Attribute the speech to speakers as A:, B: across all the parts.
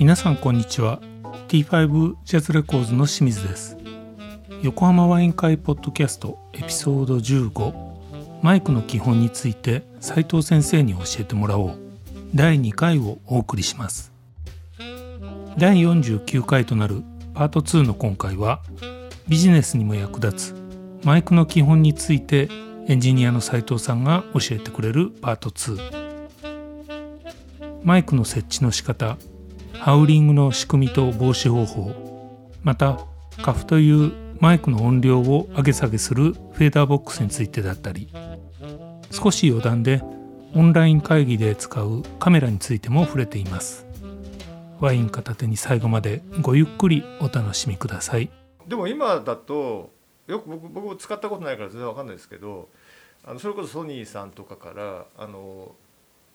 A: 皆さんこんにちは T5 ジャズレコーズの清水です横浜ワイン会ポッドキャストエピソード15マイクの基本について斉藤先生に教えてもらおう第2回をお送りします第49回となるパート2の今回はビジネスにも役立つマイクの基本についてエンジニアの斉藤さんが教えてくれるパート2マイクの設置の仕方ハウリングの仕組みと防止方法またカフというマイクの音量を上げ下げするフェーダーボックスについてだったり少し余談でオンライン会議で使うカメラについても触れていますワイン片手に最後までごゆっくりお楽しみください
B: でも今だとよく僕僕も使ったことないから全然わかんないですけどあのそれこそソニーさんとかからあの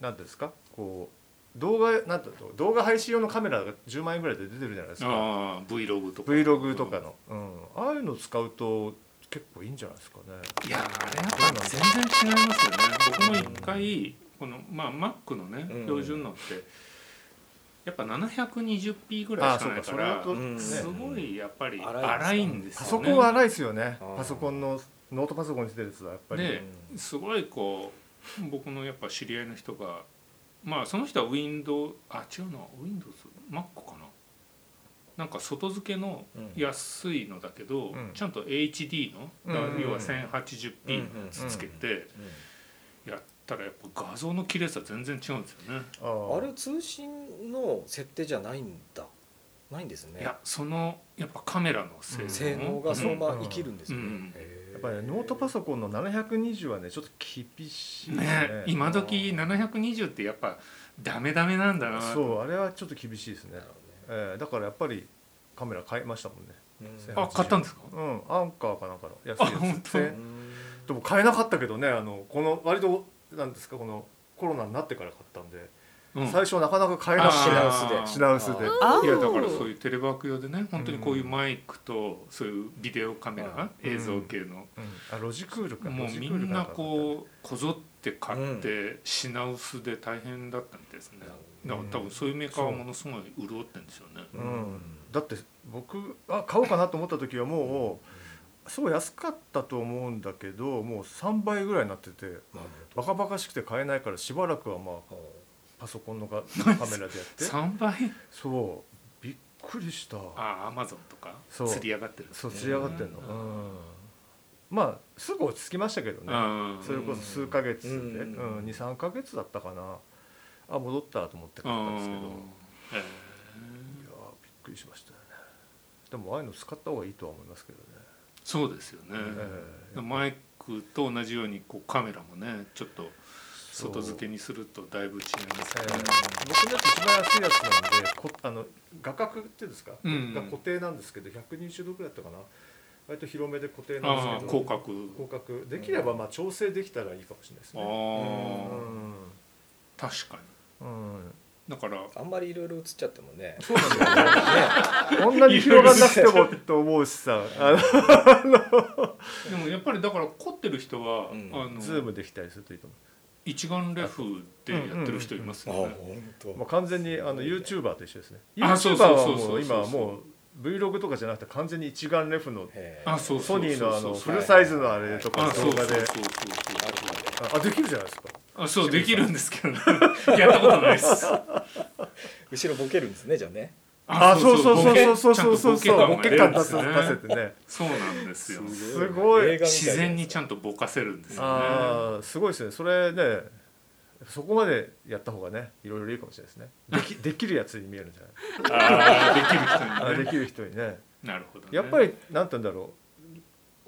B: 何ですかこう動画なんていうの動画配信用のカメラが10万円ぐらいで出てるじゃないですか
C: ああ Vlog とか
B: Vlog とかの、うん、ああいうの使うと結構いいんじゃないですかね。
C: いやあれやっぱ全然違いますよね僕も一回このまあ Mac のね
B: うん
C: 標準のってやっぱ 720p ぐらいしかないから
B: あそうかそれだと
C: うん
B: ね
C: すごいやっぱり
D: 荒いですね
C: 荒いんです
B: パ
C: よ
B: ソ
C: ね
B: コンは荒いですよね
D: うん
B: パソコンのノートパソコンにしてるやつはやっぱり、
C: ねすごいこう僕のやっぱ知り合いの人がまあその人は Windows あ違うな WindowsMac かななんか外付けの
B: うん
C: 安いのだけど、
B: うん
C: ちゃんと HD の、
B: うん
C: だから要
B: う
C: は
B: ん
C: 1080p のやつつけてやったらやっぱ画像の綺麗さ全然違うんですよね、
B: あー
D: あれ通信の設定じゃないんだないんですね
C: いやそのやっぱカメラの性能,、
B: うん
D: 性能がそのまま生きるんですよ
C: うん
D: ね、
B: やっぱり、ね、ノートパソコンの720はねちょっと厳しい
C: ね今時720ってやっぱダメダメなんだな
B: そうあれはちょっと厳しいですね
D: なる、ほどね
B: えーだからやっぱりカメラ買いましたもんね
D: うん
C: あ買ったんですか
B: うんアンカーかなんかの安い
C: あ本
B: やつ
C: 当
B: ででも買えなかったけどねあのこの割となんですかこのコロナになってから買ったんで、
C: うん
B: 最初なかなか買えなくて
C: あー
B: 品薄で
E: あ
C: いやだからそういうテレワーク用でね本当にこういうマイクとそういうビデオカメラ、
B: うん
C: 映像系の、
B: うんあロジクールか
C: も
B: ロ
C: う
B: ジク
C: み
B: ール
C: ん
B: かな
C: なん
B: か
C: こうこぞって買って品薄で大変だったみたいですね、
B: うん
C: だから多分そういうメーカーはものすごい潤ってんですよね、
B: う、ん、だって僕あ買おうかなと思った時はもうすごい安かったと思うんだけどもう3倍ぐらいになっててバカバカしくて買えないからしばらくはまあパソコンのがカメラでやっ て
C: 3倍
B: そうびっくりした
C: あアマゾンとか
B: そう
C: 釣り上がってるんです
B: そうつり上がってんの、
C: う
B: うんまあすぐ落ち着きましたけどね
C: あ
B: それこそ数ヶ月で、う
D: うん
B: ん23ヶ月だったかなあ戻ったと思って買ったんですけどいや
C: けど
B: ーびっくりしましたよねでもああいうの使った方がいいとは思いますけどね、
C: そうですよね、
B: ええ
C: マイクと同じようにこうカメラもねちょっと
B: そう
C: 外付けにするとだいぶ違います
B: え
C: ね
B: ー、僕のやつ一番安いやつなんでこあの画角っていうんですか、
C: うん
B: が固定なんですけど120度くらいだったかな割と広めで固定なん
C: あ
B: で
C: あ
B: すけど
C: 広角
B: 広角できればまあ調整できたらいいかもしれないです
C: ああ
B: ね
C: 確かに
B: うん、うん
C: だから
D: あんまりいろいろ映っちゃってもね
B: そうなんだよねこんなに広がんなくてもと思うしさあの
C: でもやっぱりだから凝ってる人は、
D: うん
C: あの
B: ズームできたりするといいと思
C: 一眼レフでやってる人いますよね、
D: 当
B: うもう完全にあの YouTuber と一緒ですね
C: あそうそ
B: YouTuber
C: う
B: は
C: そうそう
B: もう今はもう Vlog とかじゃなくて完全に一眼レフの
D: へ
C: あそう
B: ソニーのあ
C: そ
B: の
C: うそうそ
B: フ
C: う
B: ルサイズのあれとか
C: あ
B: の
C: そう
B: 動
C: そう
B: 画
C: そうそう
B: でああできるじゃないですか
C: あそうできるんですけど、ね、 やったことないです
D: 後ろボケるんですねじゃあね
B: あそうそうそうそうそうそう
C: ちゃん
B: そう
C: と
B: ボ
C: ボケ
B: ケ
C: 感
B: 感出
C: が
B: せ
C: 出るんです
B: 出せて
C: ね
B: ね
C: そうなんですよ
B: すごい
D: 映画みた
C: 自然に
D: じ
C: ちゃんとぼかせるんですよね
B: ああすごいですねそれねそこまでやった方がねいろいろいいかもしれないですねできできるやつに見えるんじゃない
C: あーできる人に
B: あ
C: ね
B: できる人にね
C: なるほど、ね、
B: やっぱりなんて言うんだろ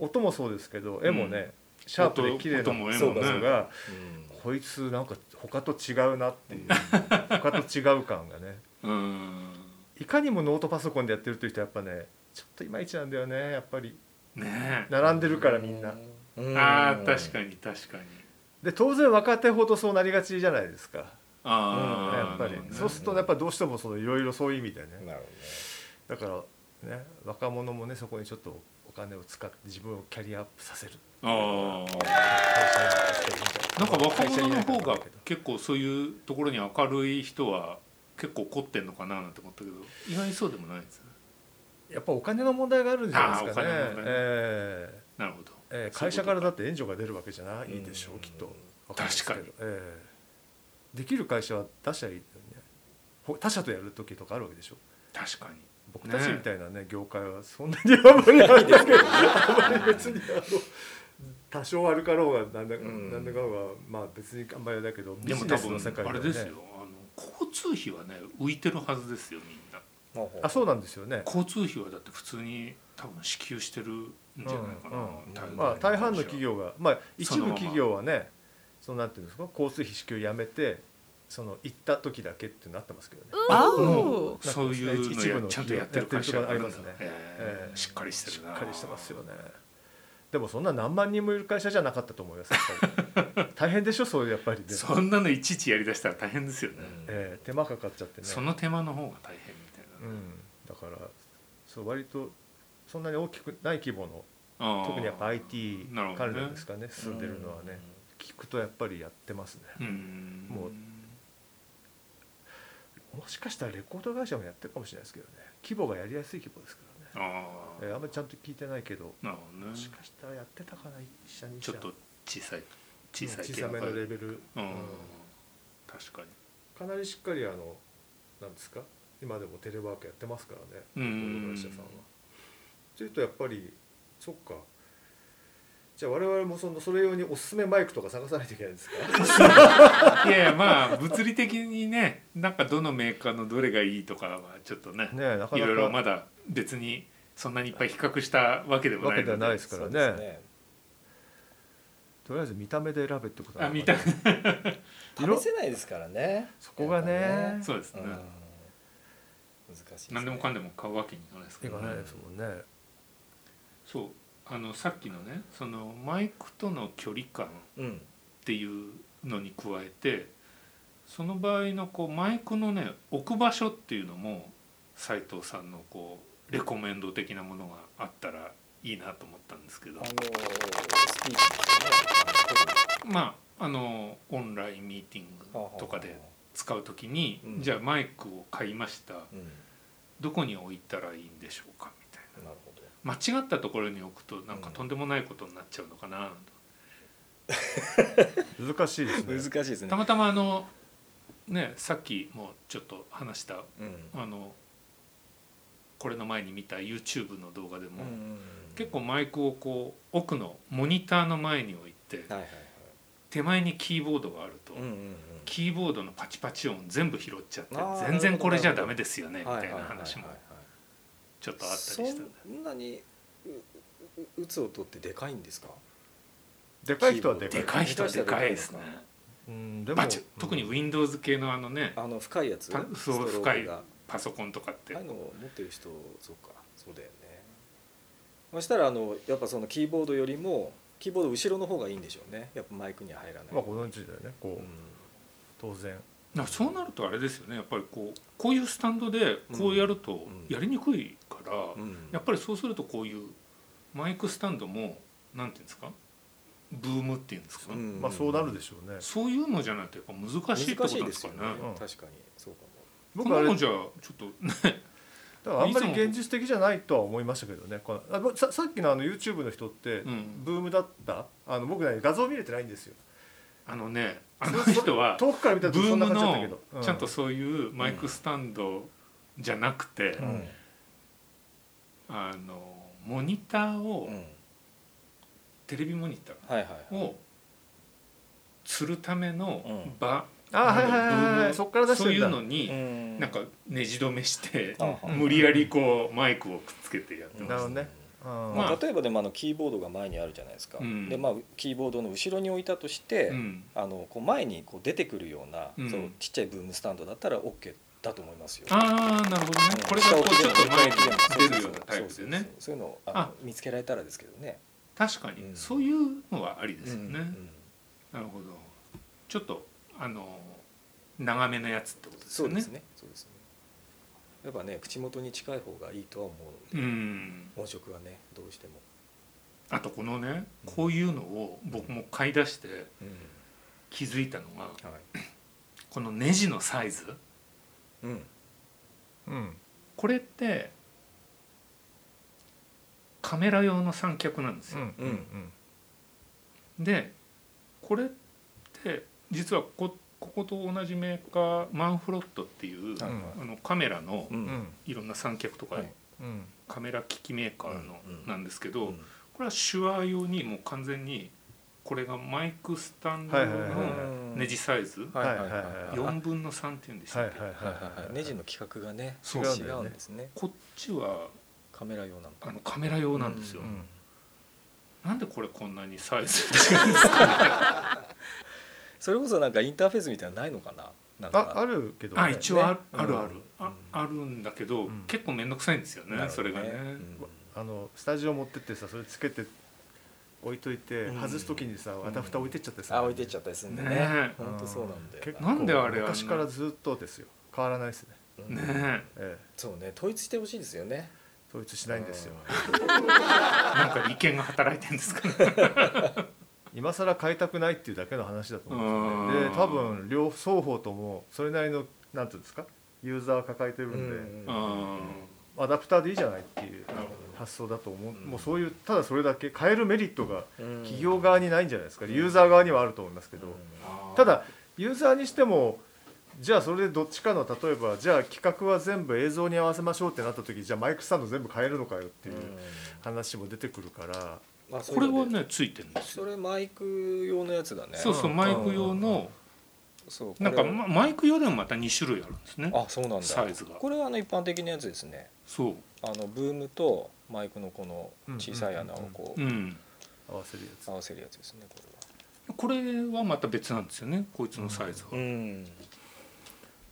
B: う音もそうですけど絵もね、シャープで綺麗
C: 音
B: な
C: 音も絵もね
B: そうだそうが、
D: ゃん
B: こいつなんか他と違うなっていう 他と違う感がね
C: うん
B: いかにもノートパソコンでやってるという人はやっぱねちょっといまいちなんだよねやっぱり
C: ねえ
B: 並んでるからみんな
D: うん
C: あー確かに確かに
B: で当然若手ほどそうなりがちじゃないですか
C: ああ、
B: やっぱり
C: なるほどね
B: そうするとやっぱりどうしてもそのいろいろそういう意味でね
D: なる
B: だからね若者もねそこにちょっとお金を使って自分をキャリアアップさせる
C: ああなんか若者の方が結構そういうところに明るい人は結構凝ってんのかななんて思ったけど意外にそうでもないですね
B: やっぱお金の問題があるんじゃないですかね
C: あーお金の問題ね
B: ええ
C: なるほどそういう
B: ええ
C: こと
B: 会社からだって援助が出るわけじゃないでしょ
D: う
B: うんきっとわんないですけど
C: 確
B: ええできる会社は他社いいよねほ他社とやる時とかあるわけでしょ
C: 確かに
B: 僕たち
C: ね
B: みたいなね業界はそんなにあんまりないです けどあんまり別にあの多少歩かろうがなんだか、
D: うん
B: なんだかはまあ別にあんまりあれだけど
C: でも
B: ビ
C: 多
B: ジネスの
C: 分
B: 世界
C: あ
B: は
C: れ
B: ね
C: ですよあの交通費はね浮いてるはずですよみんな
D: ほどね
B: あそうなんですよね
C: 交通費はだって普通に多分支給してるんじゃないかな、
B: うん
C: 概
B: まあ大半の企業がまあ一
C: その
B: 部
C: まま
B: 企業はねそのなんていうんですか交通費支給やめてその行った時だけってなってますけどね
E: あ
B: うん
C: そういうの
B: 一部
C: や
B: の
C: ちゃんとやってる会社
B: やってるとこ
C: ん
B: ろあります
C: だ
B: ね
C: え
B: え
C: え
B: え
C: しっかりしてるな
B: しっかりしてますよねでもそんな何万人もいる会社じゃなかったと思いますやっ ぱり大変でしょそういうやっぱりね、
C: そんなのいちいちやりだしたら大変ですよね、
B: ええ手間かかっちゃってね
C: その手間の方が大変みたいな、
B: うん、だからそう割とそんなに大きくない規模の
C: ああ
B: 特にやっぱ IT
C: なるほどね
B: 関連ですかね進んでるのはね聞くとやっぱりやってますね
C: うん
B: もうもしかしたらレコード会社もやってるかもしれないですけどね規模がやりやすい規模ですからね、
C: ああ
B: えーあんまりちゃんと聞いてないけど
C: なるほどね
B: もしかしたらやってたかな一社二
C: ち
B: 社
C: ょっと小さい小さい
B: 小さめのレベル、
C: う
B: うんん
C: 確かに
B: かなりしっかりあのなんですか今でもテレワークやってますからね
C: う
B: レコー
C: ん
B: ド会社さんは。というとやっぱりそっかじゃあ我々もそのそれ用におすすめマイクとか探さないといけないんですか
C: いやいやまあ物理的にねなんかどのメーカーのどれがいいとかはちょっとね
B: ねえなかなか
C: いろいろまだ別にそんなにいっぱい比較したわけでも
B: わ
C: な
B: け
C: い
B: では
C: の
B: ないで
C: です
D: そ
B: から
D: うです
B: ね
D: ね
B: とりあえず見た目で選べってこと
C: あ見た
B: 目
D: 試せないですからね
B: そこがね
D: やっぱ
C: そうです
D: う
C: ね
D: ん難しいですね
C: 何でもかんでも買うわけにいかないです
B: い
C: か
B: いからな
C: ね
B: いですもんね
C: そうあのさっきのねそのマイクとの距離感っ
D: うん
C: ていうのに加えてその場合のこうマイクのね置く場所っていうのも斉藤さんのこうレコメンド的なものがあったらいいなと思ったんですけ
D: あ
C: ど
D: のスピーチです
C: まああのオンラインミーティン
D: ね
C: グとかで使う時に、
D: うん
C: じゃあマイクを買いました
D: うん
C: どこに置いたらいいんでしょうかみたいな
D: なるほど
C: 間違ったところに置くとなんかとんでもないことになっちゃうのかな、
B: 難しいですね
D: 難しいですね
C: たまたまあのねさっきもちょっと話した
D: うん
C: あのこれの前に見た YouTube の動画でも、
D: うん
C: 結構マイクをこう奥のモニターの前に置いて
D: はいはい
C: 手前にキーボードがあると、
D: はいうんうんうん
C: キーボードのパチパチ音全部拾っちゃって
D: あー
C: 全然これじゃ
D: なる
C: ダ
D: ほど
C: メですよねみたいな話も
D: はいはいはいはい
C: ちょっとあったりしたんで
D: そんなにうう打つ音ってでかいんですか
B: でかい人はでかい
C: でかい人はでかいですね
B: うんでも
C: バチッ特に Windows 系のあのね
D: あの深いやつ
C: たそう
D: ストローク
C: 深い
D: が
C: パソコンとかって
D: ああいうのを持ってる人そうかそうだよねそしたらあのやっぱそのキーボードよりもキーボード後ろの方がいいんでしょうねやっぱマイクには入らない、
B: まあご存知だよねこう
D: う
B: ん当然
C: なそうなるとあれですよねやっぱりこうこういうスタンドでこうやると
D: うん
C: やりにくいから、
D: うん
C: やっぱりそうするとこういうマイクスタンドもなんていうんですかブームっていうんですか、
D: ん
B: まあそうなるでしょうね
C: そういうのじゃないとやっぱ難しいってこと
D: 難し
C: ないん
D: で
C: です
D: す
C: か
D: よ
C: ね
D: ね、
B: うん
D: 確かにそうか
B: 僕
C: こ
B: あ
C: ん
B: れ
C: なの
B: だ
C: じゃあちょっとね
B: からあんまり現実的じゃないとは思いましたけどねこのあぼささっきのあの YouTube の人って
C: うん
B: ブームだったあの僕ね画像見れてないんですよ
C: あのねあの人は
B: 遠くから見
C: ブ
B: たらそ
C: ー
B: んな
C: ム
B: 感じだったけ
C: の
B: ど、う
C: ちゃんとそういうマイクスタンドじゃなくて、
B: う
D: も
B: ん
C: あのモニターを、
D: うん、うん、
C: テレビモニタ
D: はいはい
C: ーを釣るための場、
B: あはいはい
C: ブ
B: はい
C: ー
B: は
C: ム
B: いそっから出して
C: そうい
B: る
C: うん
B: だ
C: のに、
D: ん
C: なんかねじ止めして、
D: ああ
C: 無理やりこうマイクをくっつけてやって
B: なる
C: ま
B: ほ
C: す、
B: どねうん
D: ま
C: ま
D: あ、例えばでもあのキーボードが前にあるじゃないですか、
C: うん
D: でまあキーボードの後ろに置いたとして、
C: うん
D: あのこう前にこう出てくるような、
C: うん
D: そのちっちゃいブームスタンドだったら OK だと思いますよ。
C: ああなるほどねこれが
D: 下
C: こう
D: 置き
C: ちょ
D: でも
C: っと前に
D: そう
C: 出る
D: そ
C: よう
D: うそ
C: な
D: う
C: タイプで
D: そう
C: ね
D: そうそうそういうのをあの
C: あ
D: 見つけられたらですけどね。
C: 確かにそういうのはありですよね、
D: うんうん
C: なるほどちょっとあの長めのやつってことです
D: そ
C: よ
D: うで
C: ね
D: すねそうですねやっぱね口元に近い方がいいとは思う
C: う
D: ので、
C: ん
D: 音色はねどうしても、
C: あとこのねこういうのを僕も買い出して気づいたのが
D: はい
C: このネジのサイズ
D: うん、
B: うん
C: これってカメラ用の三脚なんです
B: う
C: よ、
B: んうん
C: でこれって実はこここと同じメーカーマンフロットっていう、
D: はいはい
C: あのカメラの
D: う
B: うん
D: ん
C: いろんな三脚とか、
D: はい
B: うん
C: カメラ機器メーカーの
D: うんうん
C: なんですけ
D: う
C: ど、
D: ん
C: これは手話用にもう完全にこれがマイクスタンド
B: は
C: 用
B: いはいはい
C: のネジサイズ
B: はいはいはいはい
C: 4分の3っていうんでした
B: はい
C: っ
B: はい
C: け、
D: はいはいネジの規格がね
C: そう
B: なん
D: 違
B: だよね
D: うんですね
C: こっちは
D: カメラ用なの
C: あのカメラ用なんですよ、
B: うん
C: なんでこれこんなにサイズ
D: それこそなんかインターフェースみたいなのないのかななん
B: ああ
D: か
B: るけどね
C: あ一応ある,、
D: うん
C: あるある
D: う
C: あ
D: ん
C: あるんだけど、
B: うん
C: 結構面倒くさいんですよね
D: なるほ
C: そ
D: ど
C: れがね、
B: あのスタジオ持ってってさそれつけて置いといて
D: うん
B: 外す時にさあたふた置いてっちゃってさ
D: あ置いてっちゃったりするんでね
C: ね
D: 本当そうなんで
B: 結構
C: なんであれあんな
B: 昔からずっとですよ変わらないですね
D: うん
C: ねえ
B: ええ
D: そうね統一してほしいですよね
B: 統一しないんですよ
C: なんか利権が働いてるんですかね
B: 今更変えたくないっていうだけの話だと思うんですよ
C: うん
B: ねで多分両双方ともそれなりのなんていうんですかユーザー抱えてるんで、
C: う
B: アダプターでいいじゃないっていう
C: なるほ
B: 発想だと思う、
D: ん
B: もうそういうただそれだけ変えるメリットが
D: 企
B: 企業側にないんじゃないですか、ユーザー側にはあると思いますけど、
C: ん
B: ただユーザーにしてもじゃあそれでどっちかの例えばじゃあ企画は全部映像に合わせましょうってなった時じゃあマイクスタンド全部変えるのかよっていう話も出てくるから、
C: これはねついてるんです
D: そ
C: よ
D: れマイク用のやつだね
C: そうそう
B: うん
C: マイク用の
D: そうこ
C: な
D: れ
C: んかまマイク用でもまた2種類あるんですね
D: あそうなんだ
C: サイズが
D: これはあの一般的なやつですね
C: そ
D: あのブームとマイクのこの小さい穴をこ
C: うう
D: うん
B: 合わせるやつ
D: 合わせるやつですねこ
C: これはまた別なんですよねこいつのサイズは、
D: れはうん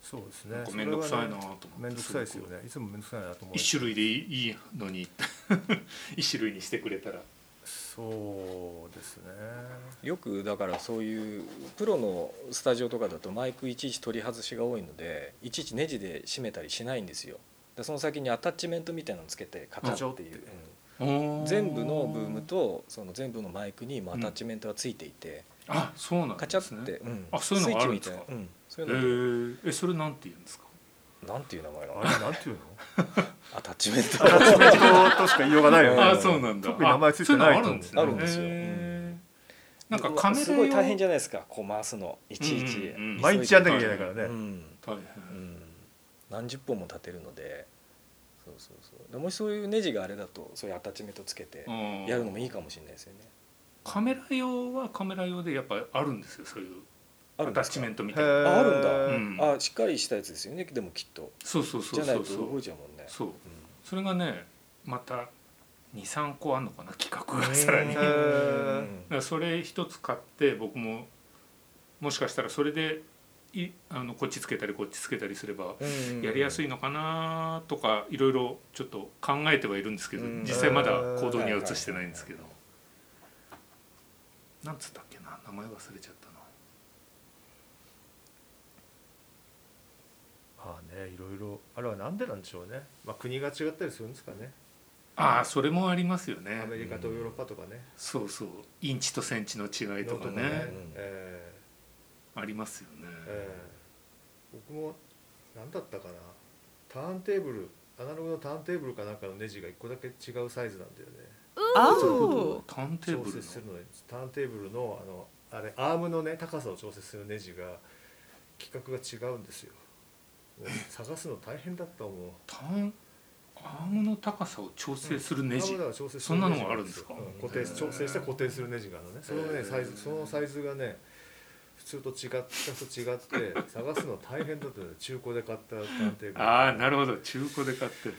B: そうです
C: な
B: ね
C: んか
B: それ
C: 面倒くさい
B: は
C: な
B: ね
C: と思って
B: 面倒くさいですよねいつも面倒くさいなと思う
C: 一種類でいいいいのに 一種類にしてくれたら
B: そうですね
D: よくだからそういうプロのスタジオとかだとマイクいちいち取り外しが多いのでいちいちネジで締めたりしないんですよでその先にアタッチメントみたいなのつけてカチャンっていう、うん全部のブームとその全部のマイクにもアタッチメントがついていて、
C: あそうなんですね
D: カチャって、うん
C: あそういうのがあるんで
D: ス
C: す
D: イッ
C: か
D: チみたいな、うん、そ
C: え
D: ういうの、
C: ー、えそれなんて言うんですか
D: なんていう名前な
B: あ
D: の
B: れなんていうの
D: アタッチメント
B: アタッチメントとしか言いようがないよね
D: うん
C: あそうなんだ
B: 特に名前ついてないと思う
C: あそううのあるんですね
D: あるんですよ
C: へーなんかカメラ
D: すごい大変じ
C: ゃ
D: ゃないですかこう回すのいちいち、
C: うんうんうん
B: 毎日やんなきゃいけないからね、
D: うん
C: 大
D: うん、何十本も立てるのでそうそうそうでもしそういうネジがあれだとそういうアタッチメントつけて
C: 変
D: やるのもい
C: い
D: いかもしれないですよね、
C: カメラ用はカメラ用でやっぱあるんですよそういうア
D: あるん
C: タッ
D: です
C: チ
D: か
C: メントみ
B: へ
C: たいな
B: ー
D: あるんだ
C: うん
D: あしっかりしたやつですよねでもきっと
C: そうそうそう
D: じゃな
C: そ
D: いうと
C: そ
D: 動いうちゃうもんね
C: そう
D: うん
C: それがねまた23個あんのかな企画がさらに
B: へ
C: だ
B: ー
C: か
B: ー
C: らそれ一つ買って僕ももしかしたらそれでいあのこっちつけたりこっちつけたりすれば
D: うん
C: やりやす
D: い
C: いのかなとかいろいろちょっと考えてはいるんですけど
D: うん
C: 実際まだ行動には移してないんですけどなんつったっけな名前忘れちゃったな
B: まあねいろいろあれはなんでなんでしょうね、まあ、国が違ったりするんですかね
C: ああそれもありますよ
B: アメ
C: ね
B: リカとヨーロッパとかね、
C: そうそうインチとセンチの違いとか
B: のとか
C: ね
D: うん
B: え
C: ありますよね
B: ーえー僕も何だったかなターンテーブルアナログのターンテーブルかなんかのネジが1個だけ違うサイズなんだよね
C: Oh.
E: お
C: ターンテー
B: 調
C: ブル
B: 節するのにターンテーブルのあのあれアームのね高さを調節するネジが規格が違うんですよもう探すの大変だったもう
C: ターンアームの高さを調整するネジ、
B: アームだから調整す
C: そ
B: る
C: んな
B: ネ
C: の
B: ジ
C: があるんですか
B: う固定調整して固定するネジがあるのねそのねサイズそのサイズがね普通と違ったと違って探すの大変だったのよ中古で買った探偵があ
C: ああなるほど中古で買ってる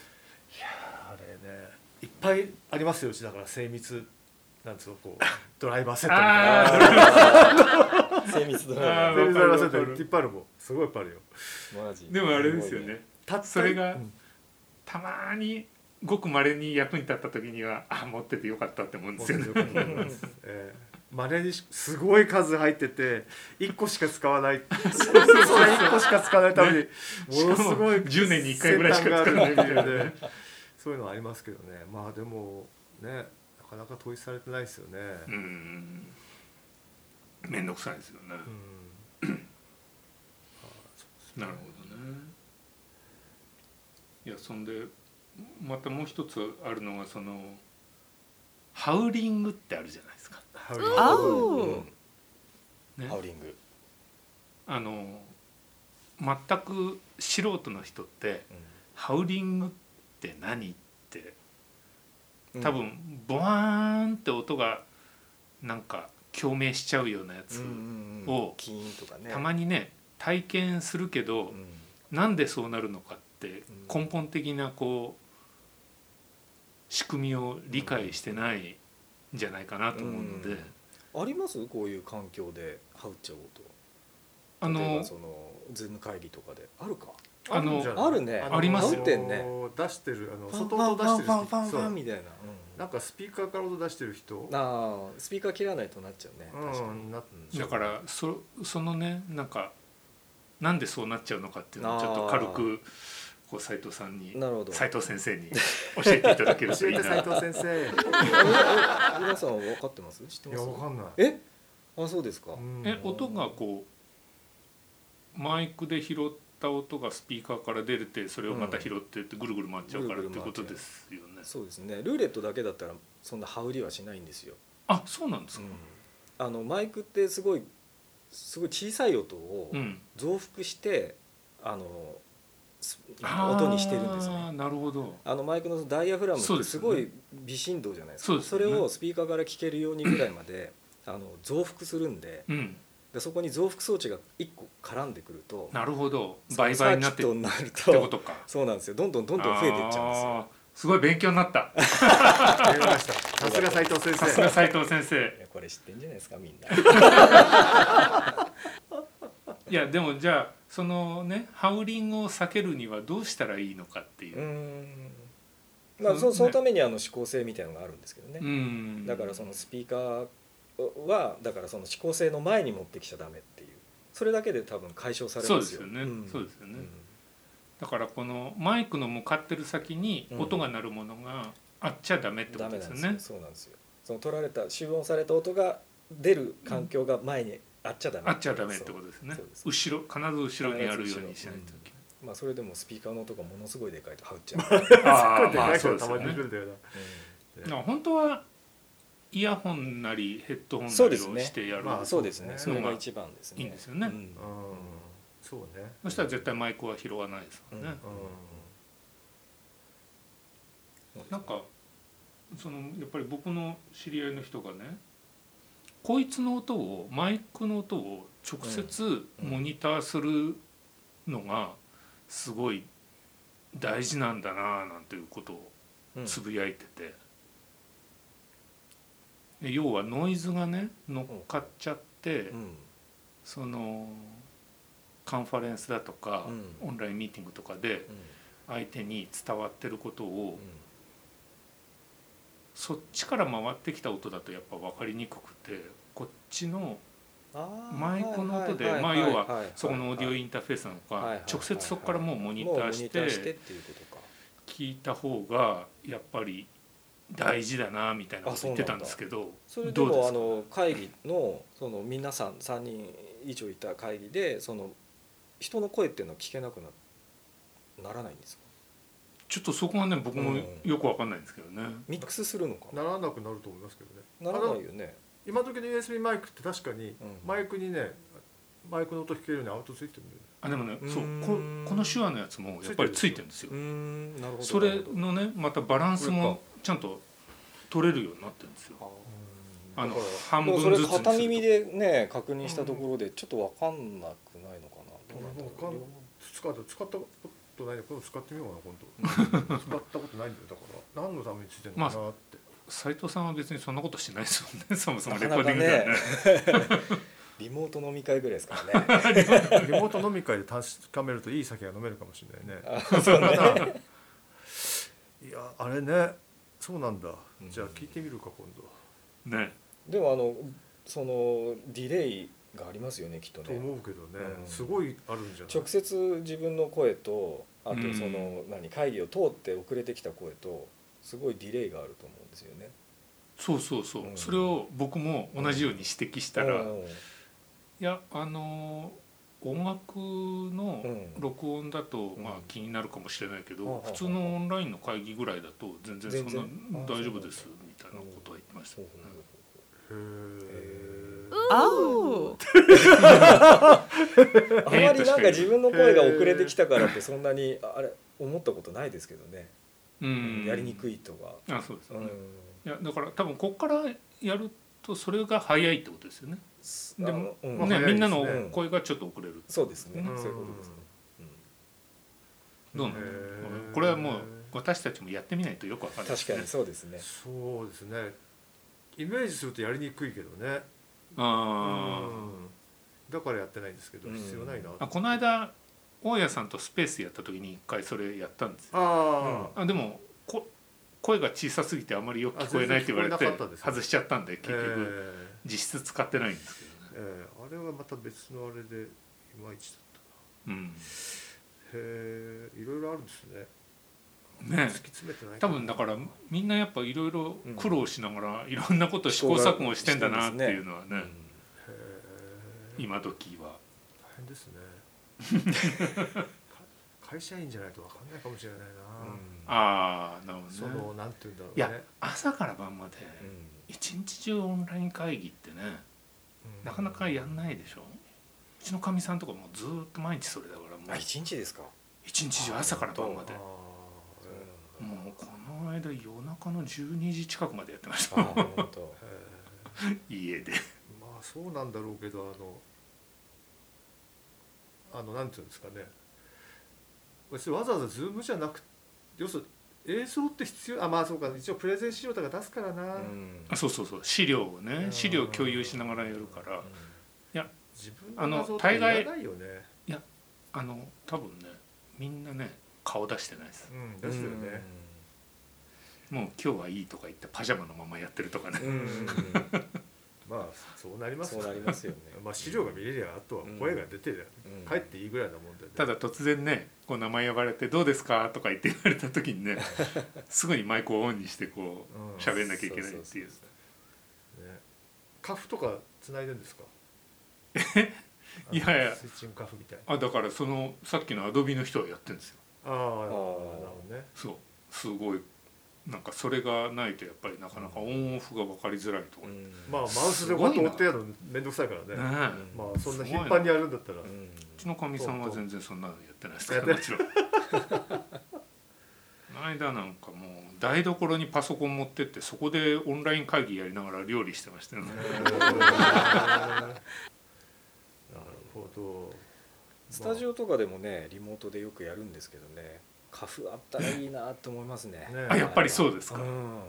B: れねいっぱいありますようちだから精密なんつうの こうドライバーセットみたいな
C: あ
D: 精密ド
C: あ
D: ライ
B: 精密ドライバーセ
C: わかるわか
B: ット
C: る
B: いっぱいあるもんすごいいっぱいあるよ
D: バーマジ
C: でもあれですよね
B: たった
C: それが
B: うん
C: たまーにごくまれに役に立った時にはあ持っててよかったって思うんですよね
B: 持っててよかったと思います ええマネージすごい数入ってて1個しか使わない それ1個しか使わないためにものすごい
C: しかも10年に1回ぐらいしか使わない
B: 先端があるレベルで そういうのはありますけどねまあでもねなかなか統一されてないですよね、
C: うん面倒くさいですよね、
B: うん
C: なるほどねいやそんでまたもう一つあるのがそのハウリングってあるじゃないですか
B: ハウ
E: あ
D: う
E: お
D: ん
C: ね
D: ハウリング
C: あの全く素人の人ってハウリングって何って
D: うん
C: 多分ボワーンって音がなんか共鳴しちゃうようなや
D: う
C: つ
D: んうんうん
C: を
D: キーンとかね
C: たまにね体験するけど
D: うん
C: なんでそうなるのかって
D: うん
C: 根本的なこう仕組みを理解してないんじゃないかなと思うので
D: うんありますこういう環境でハウっちゃう音
C: あ
D: 例え
C: の
D: ばそのズーム会議とかであるか
C: あ
B: るん
C: の
B: じゃない
D: あるね
B: の
C: あります
D: よ出てんね
B: 出してるあの
D: パン
B: 外音出してる
D: パンパンパン
B: そ
D: パンパン
B: う
D: みたいなうん
B: なんかスピーカーから音出してる人う
D: あースピーカー切らないとなっちゃうね確か
B: んな
C: だからそそのねなんかなんでそうなっちゃうのかっていうのをちょっと軽くこう斉藤さんに
D: になるほど
C: 斉藤先生に教えていただけると
B: 教
C: い
B: え
C: い
B: て斉
C: な
B: 藤先生
D: ええ皆さん分かってます知って
B: い
D: ま
B: や
D: す
B: わかんない
D: えあそうですか
B: うん
C: え音がこうマイクで拾った音がスピーカーから出てそれをまた拾ってってぐるぐる回っちゃうからっ
D: ぐるぐ
C: て
D: る回
C: こ
D: っちゃ
C: と
D: う
C: ですよね
D: そうですねルーレットだけだったらそんな羽売りはしないんですよ、
C: あそうなんですか
D: あのマイクってすごいすごい小さい音を
C: うん
D: 増幅して、あのす
C: あー
D: 音にしてるんですね
C: なるほど
D: あのマイクのダイヤフラムっ
C: そうで
D: て
C: すよ
D: す
C: ね
D: ごい微振動じゃないですか
C: そうですよね
D: れをスピーカーから聞けるようにぐらいまであの増幅するんで
C: うん
D: でそこに増幅装置が1個絡んでくると
C: なるほど
D: その
C: 倍々になってって
D: サーキットになると
C: ことか
D: そうなんですよどんどんどんどん増えていっちゃうんですよ
C: あーすごい勉強にな った
B: わかりましたさすが斉藤先
C: さすが
B: 生
C: 斉藤先生
D: いやこれ知ってんじゃないですかみんな
C: いやでもじゃあそのねハウリングを避けるにはどうしたらいいのかっていうう、
D: んまあそそのためにあの指向性みたいなのがあるんですけどね、
C: うん
D: だからそのスピーカーはだからその指向性の前に持ってきちゃダメっていうそれだけで多分解消され
C: そう
D: ま
C: ですす
D: よ
C: よね、
D: ん
C: そうですよね、
D: ん
C: だからこのマイクの向かってる先に
D: うん
C: 音が鳴るものがあっちゃダメってこ
D: ダ
C: と
D: メ
C: で
D: な
C: す
D: ん
C: よ
D: ですよ
C: ね
D: そうなんですよその取られた集音された音が出る環境が前にあっちゃダメ
C: あっちゃダメってことですね
D: そうです
C: 後ろ必ず後ろにあるようにしないといけ
D: とまあそれでもスピーカーの音がものすごいでかいとはうっちゃう、
C: ない
B: すっごい
C: ー
B: でかい
C: そ
B: 人
C: うです
B: がた
C: よ
B: まに来
C: ね
B: るんだよな
C: だから本当はイヤホンなりヘッドホンな
D: そう
C: り
D: で
C: を
D: すね
C: してやる
B: まあ
D: そうですね
B: そ
D: そう
C: ですね
D: れが一番ですね
C: いいんですよね
D: うん
B: うんそうね
C: そしたら絶対マイクは拾わないですよね、
D: うん
B: う
C: なんかそのやっぱり僕の知り合いの人がねこいつの音をマイクの音を直接
D: うん
C: モニターするのがすごい大事なんだなあなんていうことを
D: うん
C: つぶやいてて、で要はノイズがね乗っかっちゃって、
D: うん
C: そのカンファレンスだとか、
D: うん
C: オンラインミーティングとかで相手に伝わってることを、
D: うん
C: そっちから回ってきた音だとやっぱ分かりにくくてこっちのマイクの音でまあ要はそこのオーディオイ
D: ン
C: ンターフェースなの
D: はいはい
C: か
D: はい
C: 直接そこからもうモニターし
D: モニターしてってていうことか
C: 聞いた方がやっぱり大事だなみたいなこと言ってたんですけど
D: それで
C: どうで
D: も
C: す
D: あ
C: か
D: の会議のその皆さん3人以上いた会議でその人の声っていうのは聞けなくなならないんですか
C: ちょっとそこはね僕もよく分かんないんですけどね
D: ミックスするのか
B: んならなくなると思いますけどね
D: ならないよね
B: 今時の USB マイクって確かに
D: うん
B: マイクにねマイクの音聞けるようにアウトついてるんだよね
C: あでもね
D: うーん
C: そうここの手話のやつもやっぱりついてるんですよ
D: うーんなるほど
C: そ
D: な
C: れ
D: るほど
C: のねまたバランスもちゃんと取れるようになってるんですよあの
B: だから
C: 半
D: で
C: 分
D: も
C: ずつに
D: それ
C: すると
D: 片耳でね確認したところでちょっとわかんなくないのかなどうなんだろう
B: わかん使った使ったことないんだけど使ってみようかな 今度使ったことないんだよだから何のためについてるのかなって、
C: 斉藤さんは別にそんなことしないですもんねそもそも
D: な
C: レ
D: か
C: コー
D: な
C: ディ
D: か
C: ングではね
D: ねリモート飲み会ぐらいですからね
B: リモート飲み会で確かめるといい酒が飲めるかもしれないね
D: あそうね
B: いやあれねそうなんだ、
D: うん
B: じゃあ聞いてみるか今度
C: ね
D: でもあのそのディレイがありますよねきっと
B: と
D: ね
B: 思うけどね、
D: うん
B: すごいあるんじゃない
D: 直接自分の声とあと
C: うん
D: その何会議を通って遅れてきた声とすごいディレイがあると思うんですよね。
C: そうそうそう、
D: うん
C: それを僕も同じように指摘したら、
D: う
C: い
D: ん
C: やあのー音楽の録音だと、
D: うん
C: まあ気になるかもしれないけど、
D: うん
C: 普通のオンラインの会議ぐらいだと全然そんな
D: 全然
C: 大丈夫ですみたいなことは言ってました、
D: そうそう
B: へえ
D: え
E: 青
D: そうあんまりなんか自分の声が遅れてきたからってそんなにあれ思ったことないですけどね、
C: うん
D: やりにくいとか。
C: あそうです、
D: うん
C: いやだから多分ここからやるとそれが早いってことですよね。でも
D: あのうん
B: まあ
C: ね
B: 早いで
C: み
B: すね
C: んなの声がちょっと遅れる。
D: そうですね、
B: うん
D: そういうことですね。うん
C: どうなの
B: へー
C: これはもう私たちもやってみないとよくわかんないで
D: 確
C: す
D: か
C: ね。
D: にそうですね。
B: そうですねイメージするとやりにくいけどね
C: あー
B: うんだからやってないんですけど
D: うん
B: 必要ないな、
C: あこの間大家さんとスペースやった時に一回それやったんですよ。
B: あー、
C: あでもこ声が小さすぎてあんまりよく聞こえないって言われ
B: あ全
C: て
B: 然聞こえなかったですね
C: 外しちゃったんで結
B: え
C: 局実質使ってないんですけどね
B: ー。えーあれはまた別のあれでいまいちだっ
C: うん
B: たへえいろいろあるんですね
C: ね
B: 突き詰めてない
C: 多分だかららみんなやっぱいろいろ苦労しながらいろんなこと試行錯誤してんだなっていうのはね
B: へえ
C: 今時は
B: 大変ですね 会社員じゃないと分かんないかもしれないな、
C: ああなる
B: そ
C: ほどね
B: のなんて言うんだろう
C: い
B: ね
C: や朝から晩まで一日中オンライン会議ってね
B: うん
C: なかなかやんないでしょうちのかみさんとかもうずーっと毎日それだからも
D: あ
C: う
D: 一日ですか。
C: 一日中朝から晩まで
B: あー
C: もうこの間夜中の12時近くまでやってまし
D: あ
C: た
D: 本当。
B: え
C: 家で
B: ーまあそうなんだろうけどあのあのなんていうんですかね別にわざわざズームじゃなく要するに映像って必要あまあそうか一応プレゼン資料とか出すからな、
D: うん
C: あそうそうそう資料をね
B: うん
C: 資料共有しながらやるから
B: 自
C: あ
B: 分
C: の
B: の画像っていらないよね、
C: あの多分ねみんなね顔出してないです
B: うん、ですよね、
C: もう今日はいいとか言ってパジャマのままやってるとかね
D: うん。うん
B: まあそうなります
D: そう
B: よ
D: なりますよね。
B: まあ資料が見れりゃあとは声が出てりゃ、
D: うん
B: 帰っていいぐらいなもんで、ね、
C: ただ突然ねこう名前呼ばれて「どうですか?」とか言って言われた時にねすぐにマイクをオンにしてこ
B: うん
C: う喋んなきゃいけないっていう
D: そ
B: ね、カフとか繋いでんですか
C: えいやいや
B: あのスイッチングカフみたいな
C: あだからそのさっきのアドビの人はやってるんですよ
B: ああなるほどね
C: そうすごいなんかそれがないとやっぱりなかなかオンオフが分かりづらいとか、
D: う
C: ね
D: ん
B: まあマウスでこうやって追ってやるの面倒くさいからね
C: え
B: まあそんな頻繁にやるんだったら、
D: うん
C: うちのかみさんは全然そんなのやってないですからもちろんこの間なんかもう台所にパソコン持ってってそこでオンライン会議やりながら料理してましたよね
B: なるほど
D: スタジオとかでもねリモートでよくやるんですけどね。カフあったらいいなと思いますね
B: ね。
C: あやっぱりそう
D: う
C: ですか、
D: ん。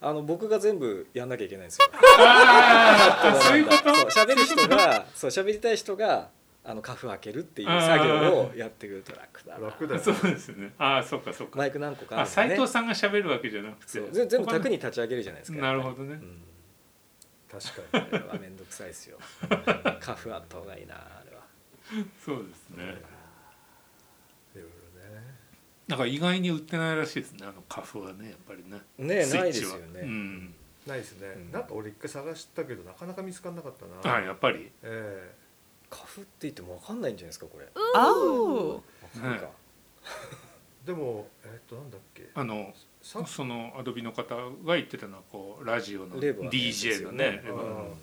D: あの僕が全部やんなきゃいけないんですよ。
C: ああそういうこと
D: そう喋る人がそう喋りたい人があのカフ開けるっていう作業をやってくると楽だな
B: 楽だよ
C: そうですねああそうかそうか
D: マイク何個かあ
C: あ
D: るから
C: 斉
D: ね
C: 藤さんが喋るわけじゃなくて
D: そうぜ全部
C: 他の
D: 卓に立ち上げるじゃないですか
C: なるほ
D: ど、
C: どね、
D: うん、
B: 確か
D: あれは面倒くさいで すよカフあった方がいいなあれは
C: そうです
B: に、ね
C: ね、
B: いろいろね
C: だから意外に売ってないらしいですねあのカフはねやっぱりね
D: ねえ
C: スイ
D: ない
C: ッ
D: で
C: チ
D: す
C: は
D: よね、
C: うん、
B: ないですね、
D: うん
B: なんか俺一回探したけどなかなか見つからなかったな、
C: あやっぱり
B: え
D: カフって言っても分かんないんじゃないですかこれ
E: 青
D: 分かるか、
C: ね
B: えでもえっとなんだっけ
C: あの
B: さ
C: そのアドビの方が言ってたのはこうラジオの
D: レバーのやつです
C: DJ の
D: よね
C: ねレ
B: う
C: バー
B: ん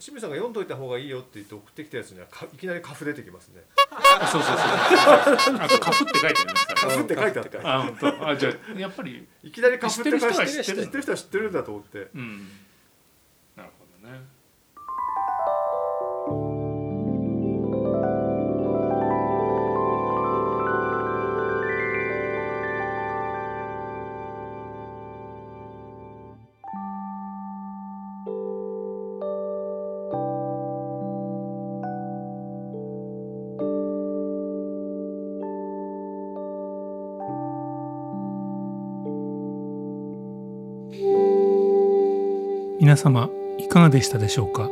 B: 清水さんが読んどいた方がいいよって言って送ってきたやつにはかいきなりカフ出てきますね
C: あそうそうそうあとカフって書いてありますか
B: カ
C: ら
B: フって書いてあった
C: あ本当あじゃあやっぱり
B: いきなりカフって書いてあった
C: 知ってる人は知ってる
B: 知ってる人は知ってるんだと思って
C: うんなるほどね
A: 皆様いかがでしたでしょうか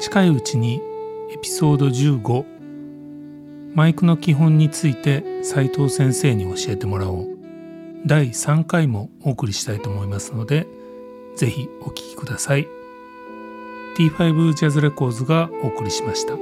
A: 近いうちにエピソード15マイクの基本について斉藤先生に教えてもらおう第3回もお送りしたいと思いますのでぜひお聞きください T5 ジャズレコーズがお送りしました